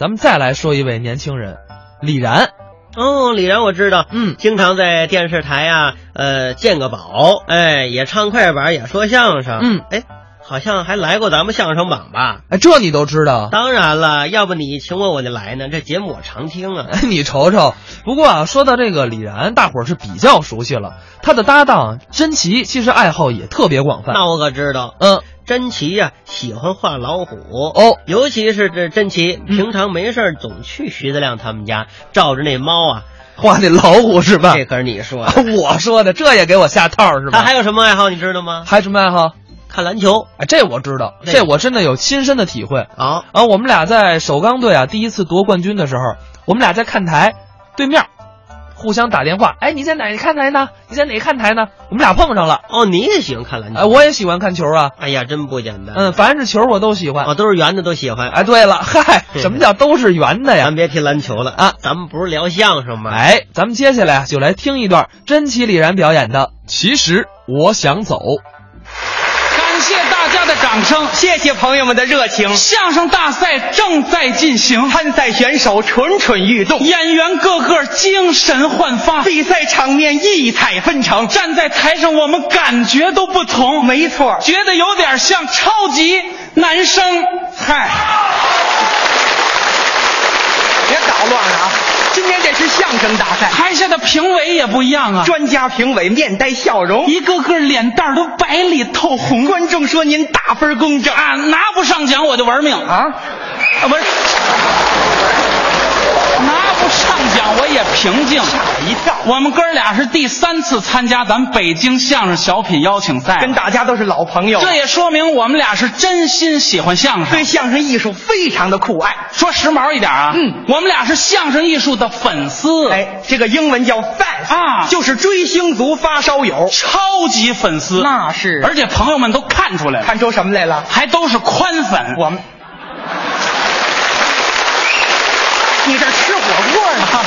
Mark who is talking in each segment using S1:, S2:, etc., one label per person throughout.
S1: 咱们再来说一位年轻人，李然。
S2: 哦，李然我知道，
S1: 嗯
S2: 经常在电视台啊，呃，见个宝，哎，也唱快板，也说相声，
S1: 嗯，
S2: 哎，好像还来过咱们相声榜吧？
S1: 哎，这你都知道？
S2: 当然了，要不你请我我就来呢，这节目我常听啊。
S1: 哎，你瞅瞅。不过啊，说到这个李然，大伙儿是比较熟悉了。他的搭档甄奇其实爱好也特别广泛。
S2: 那我可知道，
S1: 嗯，
S2: 珍奇呀、喜欢画老虎
S1: 哦，
S2: 尤其是这珍奇，
S1: 嗯
S2: 平常没事儿总去徐德亮他们家照着那猫啊，
S1: 画那老虎是吧？
S2: 这可是你说
S1: 啊
S2: 的。
S1: 我说的，这也给我下套是吧？
S2: 他还有什么爱好你知道吗？
S1: 还什么爱好？
S2: 看篮球。
S1: 哎，这我知道，
S2: 这
S1: 这我真的有亲身的体会。
S2: 好、
S1: 啊，我们俩在首钢队啊第一次夺冠军的时候，我们俩在看台对面，互相打电话。哎，你在哪个看台呢？你在哪个看台呢？我们俩碰上了。
S2: 哦，你也喜欢看篮球？
S1: 哎，我也喜欢看球啊，
S2: 哎呀，真不简单。
S1: 嗯，，凡是球我都喜欢。
S2: 哦，都是圆的都喜欢。
S1: 哎，对嗯了，嗨，什么叫都是圆的呀
S2: 咱？别提篮球了
S1: 啊，
S2: 咱们不是聊相声吗？
S1: 哎，咱们接下来啊就来听一段真奇李然表演的《其实我想走》。
S3: 感谢大家的掌声，
S4: 谢谢朋友们的热情，
S3: 相声大赛正在进行，
S4: 参赛选手蠢蠢欲动，
S3: 演员个个精神焕发，
S4: 比赛场面异彩纷呈。
S3: 站在台上我们感觉都不同，
S4: 没错，
S3: 觉得有点像超级男生。嗨，
S4: 别捣乱了啊！今天这是相声大赛，
S3: 台下的评委也不一样啊，
S4: 专家评委面带笑容，
S3: 一个个脸蛋儿都白里透红
S4: 观众说您大分公正
S3: 啊，拿不上奖我就玩命啊，
S4: 啊！
S3: 不是，拿不上奖我也平静。
S4: 吓我一跳，
S3: 我们哥俩是第三次参加咱北京相声小品邀请赛了，
S4: 跟大家都是老朋友，
S3: 这也说明我们俩是真心喜欢相声。
S4: 对相声艺术非常的酷爱。
S3: 说时髦一点啊，
S4: 嗯，
S3: 我们俩是相声艺术的粉丝，，
S4: 哎，这个英文叫 fans
S3: 啊
S4: 就是追星族发烧友，
S3: 超级粉丝，
S4: 那是
S3: 而且朋友们都看出来了，
S4: 看出什么来了？
S3: 还都是宽粉。
S4: 我们，你这吃火锅呢？
S3: 啊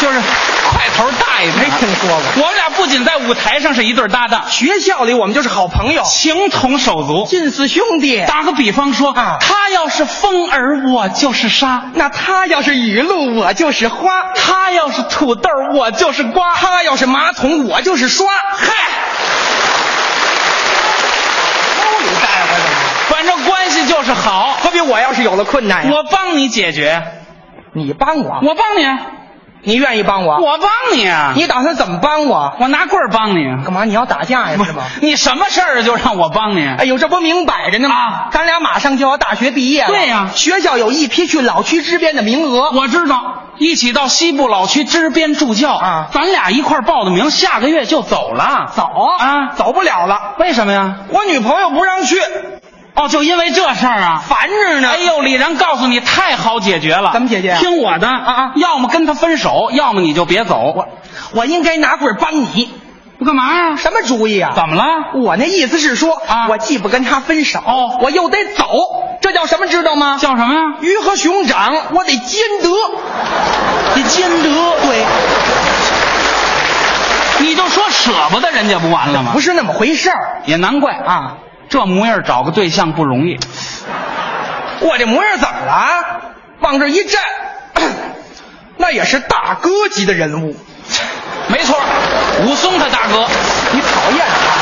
S3: 就是块头大一点。
S4: 没听说过。
S3: 我们俩不仅在舞台上是一对搭档，
S4: 学校里我们就是好朋友，
S3: 情同手足。
S4: 近似兄弟。
S3: 打个比方说，
S4: 啊
S3: 他要是风儿，我就是沙；
S4: 那他要是雨露，我就是花；
S3: 他要是土豆儿，我就是瓜。
S4: 他要是马桶，我就是刷。
S3: 嗨，
S4: 都你带回来的。哎
S3: 反正关系就是好。
S4: 可比我要是有了困难呀，
S3: 我帮你解
S4: 哎
S3: 决，
S4: 你帮我，
S3: 我帮你，啊
S4: 你愿意帮我？
S3: 我帮你啊！
S4: 你打算怎么帮我？
S3: 我拿棍儿帮你，啊
S4: 干嘛？你要打架呀？是吗？
S3: 你什么事儿就让我帮你？
S4: 哎呦，这不明摆着呢吗？
S3: 啊
S4: 咱俩马上就要大学毕业了。
S3: 对呀
S4: 学校有一批去老区支边的名额。
S3: 我知道，一起到西部老区支边助教
S4: 啊
S3: 咱俩一块儿报的名，下个月就走了。
S4: 走
S3: 啊
S4: 走不了了，
S3: 为什么呀？
S4: 我女朋友不让去，
S3: 哦，就因为这事儿啊。
S4: 烦着呢。
S3: 哎呦，李然告诉你，太好解决了。
S4: 怎么解决啊
S3: 听我的
S4: 啊啊
S3: 要么跟他分手，要么你就别走。我
S4: 我应该拿棍儿帮你。
S3: 我干嘛呀？
S4: 什么主意啊？
S3: 怎么了？
S4: 我那意思是说
S3: 啊
S4: 我既不跟他分手，
S3: 哦
S4: 我又得走，这叫什么知道吗？
S3: 叫什么呀？
S4: 鱼和熊掌，我得兼得。
S3: 你兼得对，你就说舍不得人家不完了吗？
S4: 不，是那么回事儿
S3: 也难怪啊，
S4: 啊！
S3: 这模样找个对象不容易。
S4: 我这模样怎么了啊？往这一站， 那也是大哥级的人物，
S3: 没错，武松他大哥，
S4: 你讨厌他？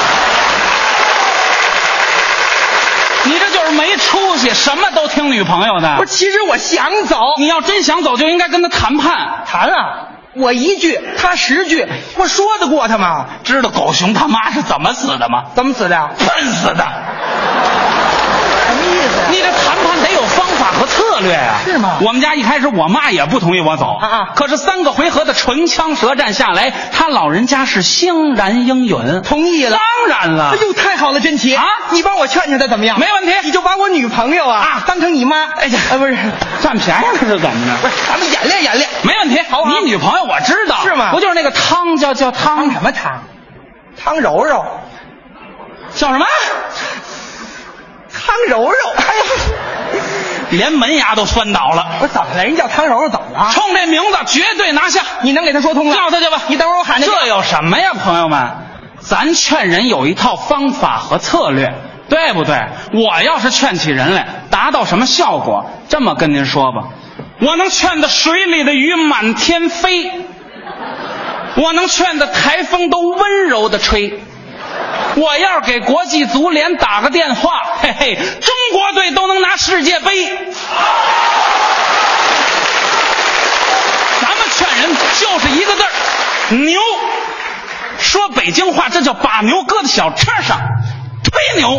S3: 你这就是没出息，什么都听女朋友的。
S4: 不是，其实我想走。
S3: 啊你要真想走，就应该跟他谈判。
S4: 谈啊，我一句，他十句，我说得过他吗？
S3: 知道狗熊他妈是怎么死的吗？
S4: 怎么死的呀？
S3: 笨死的。
S4: 什么意思呀？
S3: 你这谈判得有方法和策略啊，
S4: 是吗
S3: 我们家一开始我妈也不同意我走
S4: 啊啊
S3: 可是三个回合的唇枪舌战下来，他老人家是欣然应允，
S4: 同意了。
S3: 当然了
S4: 哎，呦，太好了，珍奇
S3: 啊
S4: 你帮我劝劝他怎么样？
S3: 没问题
S4: 你就把我女朋友啊
S3: 啊
S4: 当成你妈。哎呀，哎不是，
S3: 占便宜了是怎么
S4: 不
S3: 着？
S4: 是，咱们演练演练。
S3: 没问题，
S4: 好啊
S3: 你女朋友我知道，
S4: 是吗
S3: 不就是那个汤叫叫汤
S4: 汤什么汤？汤柔柔，
S3: 叫什么？
S4: 汤柔柔。哎呀，
S3: 连门牙都翻倒了，
S4: 我怎么了？人叫汤柔柔怎么了？
S3: 冲这名字绝对拿下，
S4: 你能给啊他说通了？
S3: 叫他去吧。
S4: 你等会儿我喊他去。
S3: 这有什么呀，朋友们？咱劝人有一套方法和策略，对不对？我要是劝起人来，达到什么效果？这么跟您说吧，我能劝得水里的鱼满天飞，我能劝得台风都温柔的吹。我要给国际足联打个电话，嘿嘿，中国队都能拿世界杯。咱们劝人就是一个字儿牛。说北京话，这叫把牛搁在小车上，吹牛。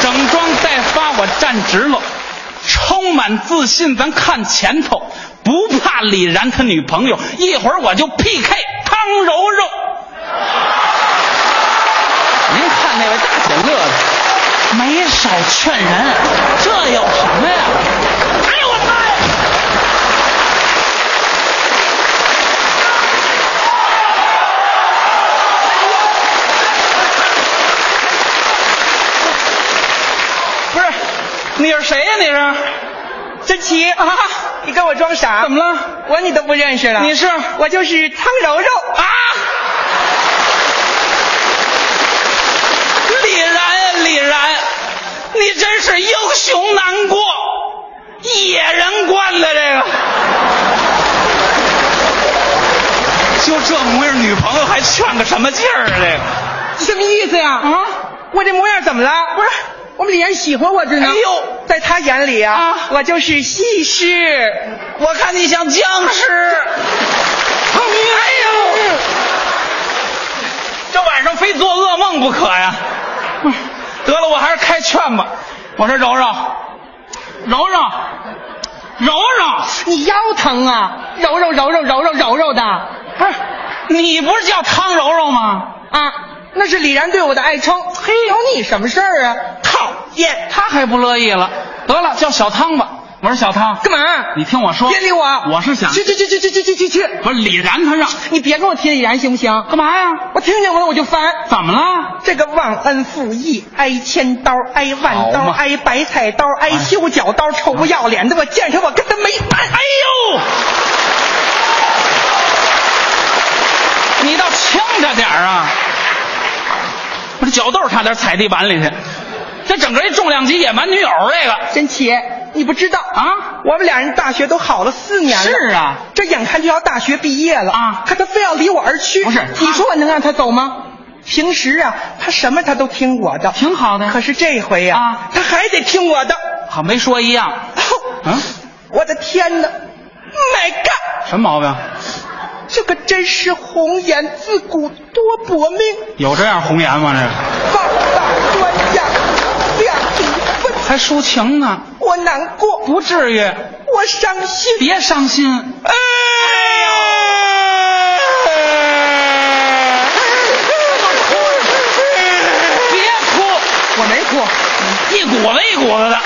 S3: 整装待发，我站直了，充满自信。咱看前头，不怕李然他女朋友，一会儿我就 PK 汤柔柔。您看那位大姐乐的，没少劝人，这有什么呀？哎呦我的妈呀！
S4: 不是，你是谁呀、你是？珍奇啊！你跟我装傻？
S3: 怎么了？
S4: 我你都不认识了？
S3: 你是
S4: 我就是汤柔柔啊！
S3: 李然呀，李然，你真是英雄难过野人关了这个。就这模样，女朋友还劝个什么劲儿啊？这个，
S4: 什么意思呀、啊？我这模样怎么了？不是，我们李然喜欢我着呢。
S3: 哎呦，
S4: 在他眼里啊，
S3: 啊
S4: 我就是戏师。
S3: 我看你像僵尸。哎呦，这晚上非做噩梦不可呀！得了，我还是开劝吧。我说柔柔，柔柔，柔柔，
S4: 你腰疼啊？揉揉揉揉揉揉揉揉的
S3: 不是，你不是叫汤柔柔吗？
S4: 啊，那是李然对我的爱称。嘿，有你什么事儿啊？
S3: 讨厌，他还不乐意了。得了，叫小汤吧。我说小汤，
S4: 干嘛？
S3: 你听我说，
S4: 别理我！
S3: 我是想
S4: 去去去去去去去去去！
S3: 不是李然他让
S4: 你别跟我提李然行不行？
S3: 干嘛呀？
S4: 我听见我了我就烦。
S3: 怎么了？
S4: 这个忘恩负义，挨千刀，挨万
S3: 好
S4: 刀，
S3: 嘛
S4: 挨白菜刀，挨修脚刀，臭不要脸的！我见着他我跟他没完。
S3: 哎呦，你倒轻着点儿啊！我这脚豆差点踩地板里去，这整个一重量级野蛮女友这个
S4: 真奇，你不知道
S3: 啊？
S4: 我们俩人大学都好了四年了。
S3: 是啊，
S4: 这眼看就要大学毕业了
S3: 啊
S4: 可他非要离我而去。
S3: 不是他
S4: 你说我能让他走吗？平时啊，他什么他都听我的，
S3: 挺好的
S4: 可是这回呀、
S3: 啊
S4: 他还得听我的。
S3: 好没说一样，
S4: 哦
S3: 啊
S4: 我的天哪！My God，
S3: 什么毛病？
S4: 这个真是红颜自古多薄命，
S3: 有这样红颜吗？这
S4: 棒棒端样两笔分，
S3: 还抒情呢？
S4: 我难过，
S3: 不至于，
S4: 我伤心。
S3: 别伤心。
S4: 哎呦！
S3: 别哭，
S4: 我没哭，
S3: 一股子一股子的。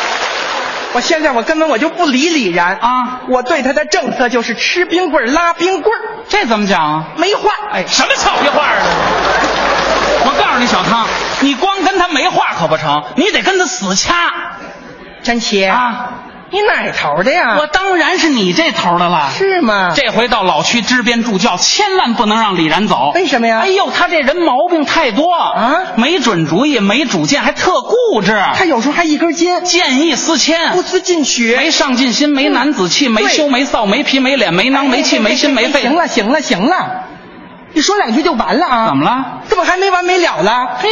S4: 我现在我根本我就不理李然
S3: 啊！
S4: 我对他的政策就是吃冰棍儿拉冰棍儿，
S3: 这怎么讲啊？
S4: 没话。
S3: 哎，什么俏皮话啊！我告诉你，小康，你光跟他没话可不成，你得跟他死掐
S4: 陈奇，
S3: 啊！
S4: 你哪头的呀？
S3: 我当然啊是你这头的了。
S4: 是吗？
S3: 这回到老区支边助教，千万不能让李然走。
S4: 为什么呀
S3: 哎呦，他这人毛病太多
S4: 啊
S3: 没准主意，没主见，还特固执，
S4: 他有时候还一根筋，
S3: 见异思迁
S4: 不。思进取。
S3: 啊没上进心，没男子气，没
S4: 对哎
S3: 羞没臊，没皮没脸，没囊没气，没心没肺。
S4: 行了，行了，行了，你说两句就完了啊？
S3: 怎么了？
S4: 这不还没完没了了？嘿，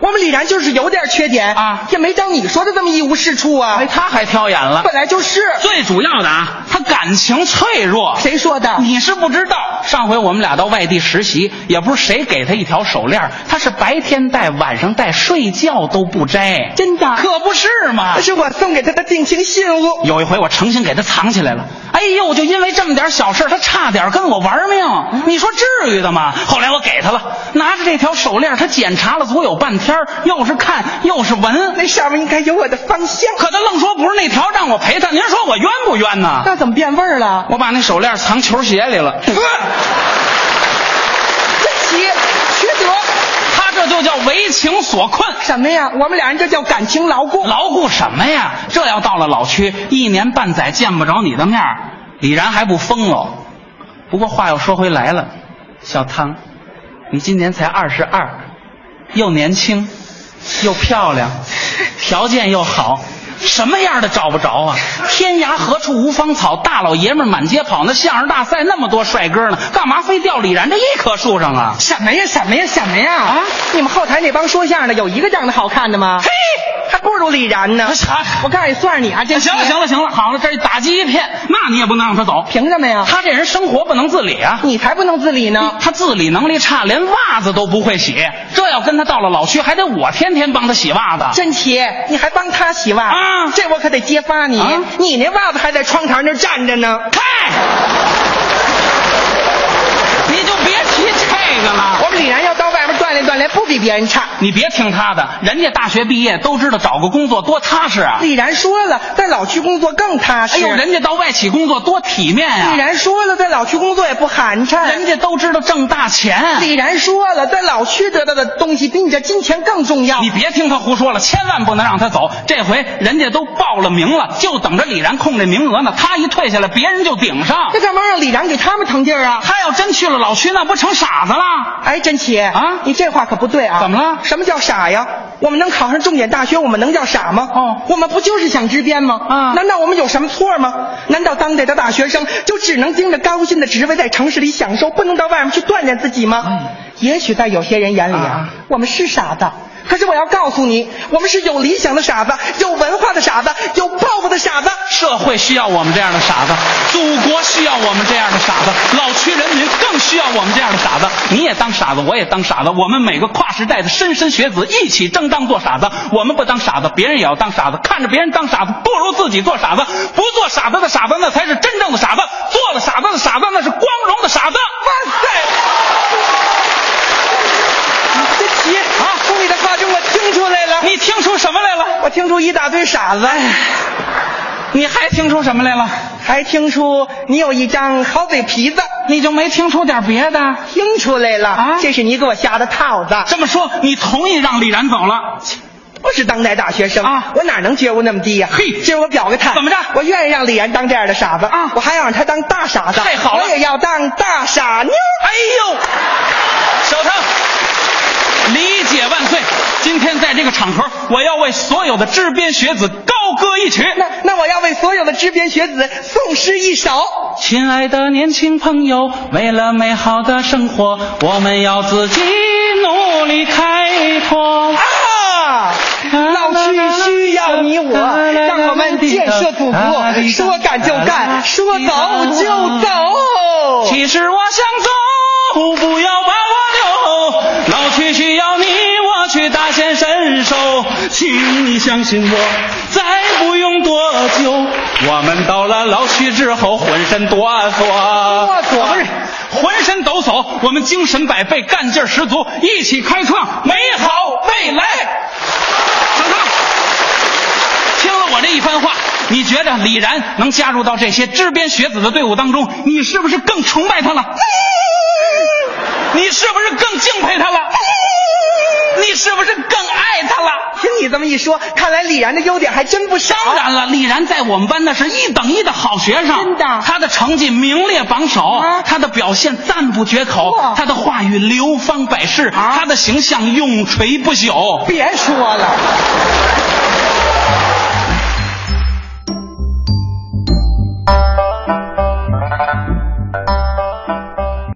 S4: 我们李然就是有点缺点
S3: 啊
S4: 也没当你说的这么一无是处啊。
S3: 哎，他还挑眼了。
S4: 本来就是，
S3: 最主要的啊，他感情脆弱。
S4: 谁说的？
S3: 你是不知道，上回我们俩到外地实习，也不是谁给他一条手链，他是白天戴，晚上戴，睡觉都不摘，
S4: 真的？
S3: 可不是嘛
S4: 那。是我送给他的定情信物。
S3: 有一回我诚心给他藏起来了，哎呦，就因为这么点小事，他差点跟我玩
S4: 嗯
S3: 命。你说至于的吗？后来我给他了，拿着这条手链，他检查了足有半天，又是看又是闻，
S4: 那上面应该有我的芳香。
S3: 可他愣说不是那条，让我赔他。您说我冤不冤呢？
S4: 那怎么变味儿了？
S3: 我把那手链藏球鞋里了。
S4: 真奇，缺德！
S3: 他这就叫为情所困。
S4: 什么呀？我们俩人这叫感情牢固。
S3: 牢固什么呀？这要到了老区，一年半载见不着你的面儿，李然还不疯喽？不过话又说回来了，小汤，你今年才二十二，又年轻，又漂亮，条件又好，什么样的找不着啊？天涯何处无芳草，大老爷们儿满街跑。那相声大赛那么多帅哥呢，干嘛非掉李然这一棵树上啊？
S4: 什么呀什么呀什么呀
S3: 啊！
S4: 你们后台那帮说相声的有一个长得好看的吗？嘿，还不如李然呢。
S3: 啥
S4: 我告诉你，算是你啊，这
S3: 行了行了行了，好了，这打击一片，那你也不能让他走。
S4: 凭什么呀？
S3: 他这人生活不能自理啊，嗯
S4: 你才不能自理呢。
S3: 他自理能力差，连袜子都不会洗。这要跟他到了老区，还得我天天帮他洗袜子。
S4: 真奇，你还帮他洗袜
S3: 啊
S4: 这我可得揭发你！
S3: 啊
S4: 你那袜子还在窗台那儿站着呢。
S3: 嗨，你就别提这个了。
S4: 我们李然要到外面锻炼锻炼，不比别人差。
S3: 你别听他的，人家大学毕业都知道找个工作多踏实啊。
S4: 李然说了，在老区工作更踏实。
S3: 哎呦，人家到外企工作多体面呀、
S4: 李然说了，在老区工作也不寒碜。
S3: 人家都知道挣大钱。
S4: 李然说了，在老区得到的东西比你的金钱更重要。
S3: 你别听他胡说了，千万不能让他走。这回人家都报了名了，就等着李然空这名额呢。他一退下来，别人就顶上
S4: 那。干嘛让李然给他们腾地儿啊？
S3: 他要真去了老区，那不成傻子了？
S4: 哎，真奇
S3: 啊
S4: 你这话可不对啊！
S3: 怎么了
S4: 什么叫傻呀？我们能考上重点大学，我们能叫傻吗？
S3: 哦
S4: 我们不就是想支边吗？
S3: 啊
S4: 难道我们有什么错吗？难道当代的大学生就只能盯着高薪的职位在城市里享受，不能到外面去锻炼自己吗？也许在有些人眼里
S3: 嗯啊
S4: 我们是傻子。可是我要告诉你，我们是有理想的傻子，有文化的傻子，有抱负的傻子。
S3: 社会需要我们这样的傻子，祖国需要我们这样的傻子，老区人民更需要我们这样的傻子。你也当傻子，我也当傻子，我们每个跨时代的莘莘学子一起争当做傻子。我们不当傻子，别人也要当傻子。看着别人当傻子，不如自己做傻子。不做傻子的傻子，那才是真正的傻子；做了傻子的傻子，那是光荣的傻子。哇
S4: 这题啊，从你的话中我听出来了，
S3: 你听出什么来了？
S4: 我听出一大堆傻子。
S3: 哎你还听出什么来了？
S4: 还听出你有一张好嘴皮子，
S3: 你就没听出点别的？
S4: 听出来了，
S3: 啊
S4: 这是你给我下的套子。
S3: 这么说，你同意让李然走了？
S4: 不是当代大学生
S3: 啊
S4: 我哪能觉悟那么低呀、
S3: 嘿
S4: 今儿我表个态，
S3: 怎么着
S4: 我愿意让李岩当这样的傻子
S3: 啊
S4: 我还要让他当大傻子，
S3: 太好了
S4: 我也要当大傻妞。
S3: 哎呦，小唐，理解万岁！今天在这个场合，我要为所有的知边学子高歌一曲。
S4: 那那我要为所有的知边学子诵诗一首。
S3: 亲爱的年轻朋友，为了美好的生活，我们要自己努力开拓。
S4: 啊，老区需要你我，让我们建设祖国，说干就干，说走就走。
S3: 其实我想走，不要把我留。老去需要你，我去大显身手。请你相信我，再不用多久，我们到了老去之后，浑身哆嗦，哆
S4: 嗦不是
S3: 浑身抖擞，我们精神百倍，干劲儿十足，一起开创美好未来。小唐，听了我这一番话，你觉着李然能加入到这些知边学子的队伍当中，你是不是更崇拜 他了？你是不是更敬佩他 了？你是不是更爱他了？
S4: 听你这么一说，看来李然的优点还真不少。
S3: 当然了，李然在我们班那是一等一的好学生，
S4: 真的
S3: 他的成绩名列榜首，
S4: 啊
S3: 他的表现赞不绝口
S4: 哇，
S3: 他的话语流芳百世，
S4: 啊
S3: 他的形象永垂不朽。
S4: 别说了，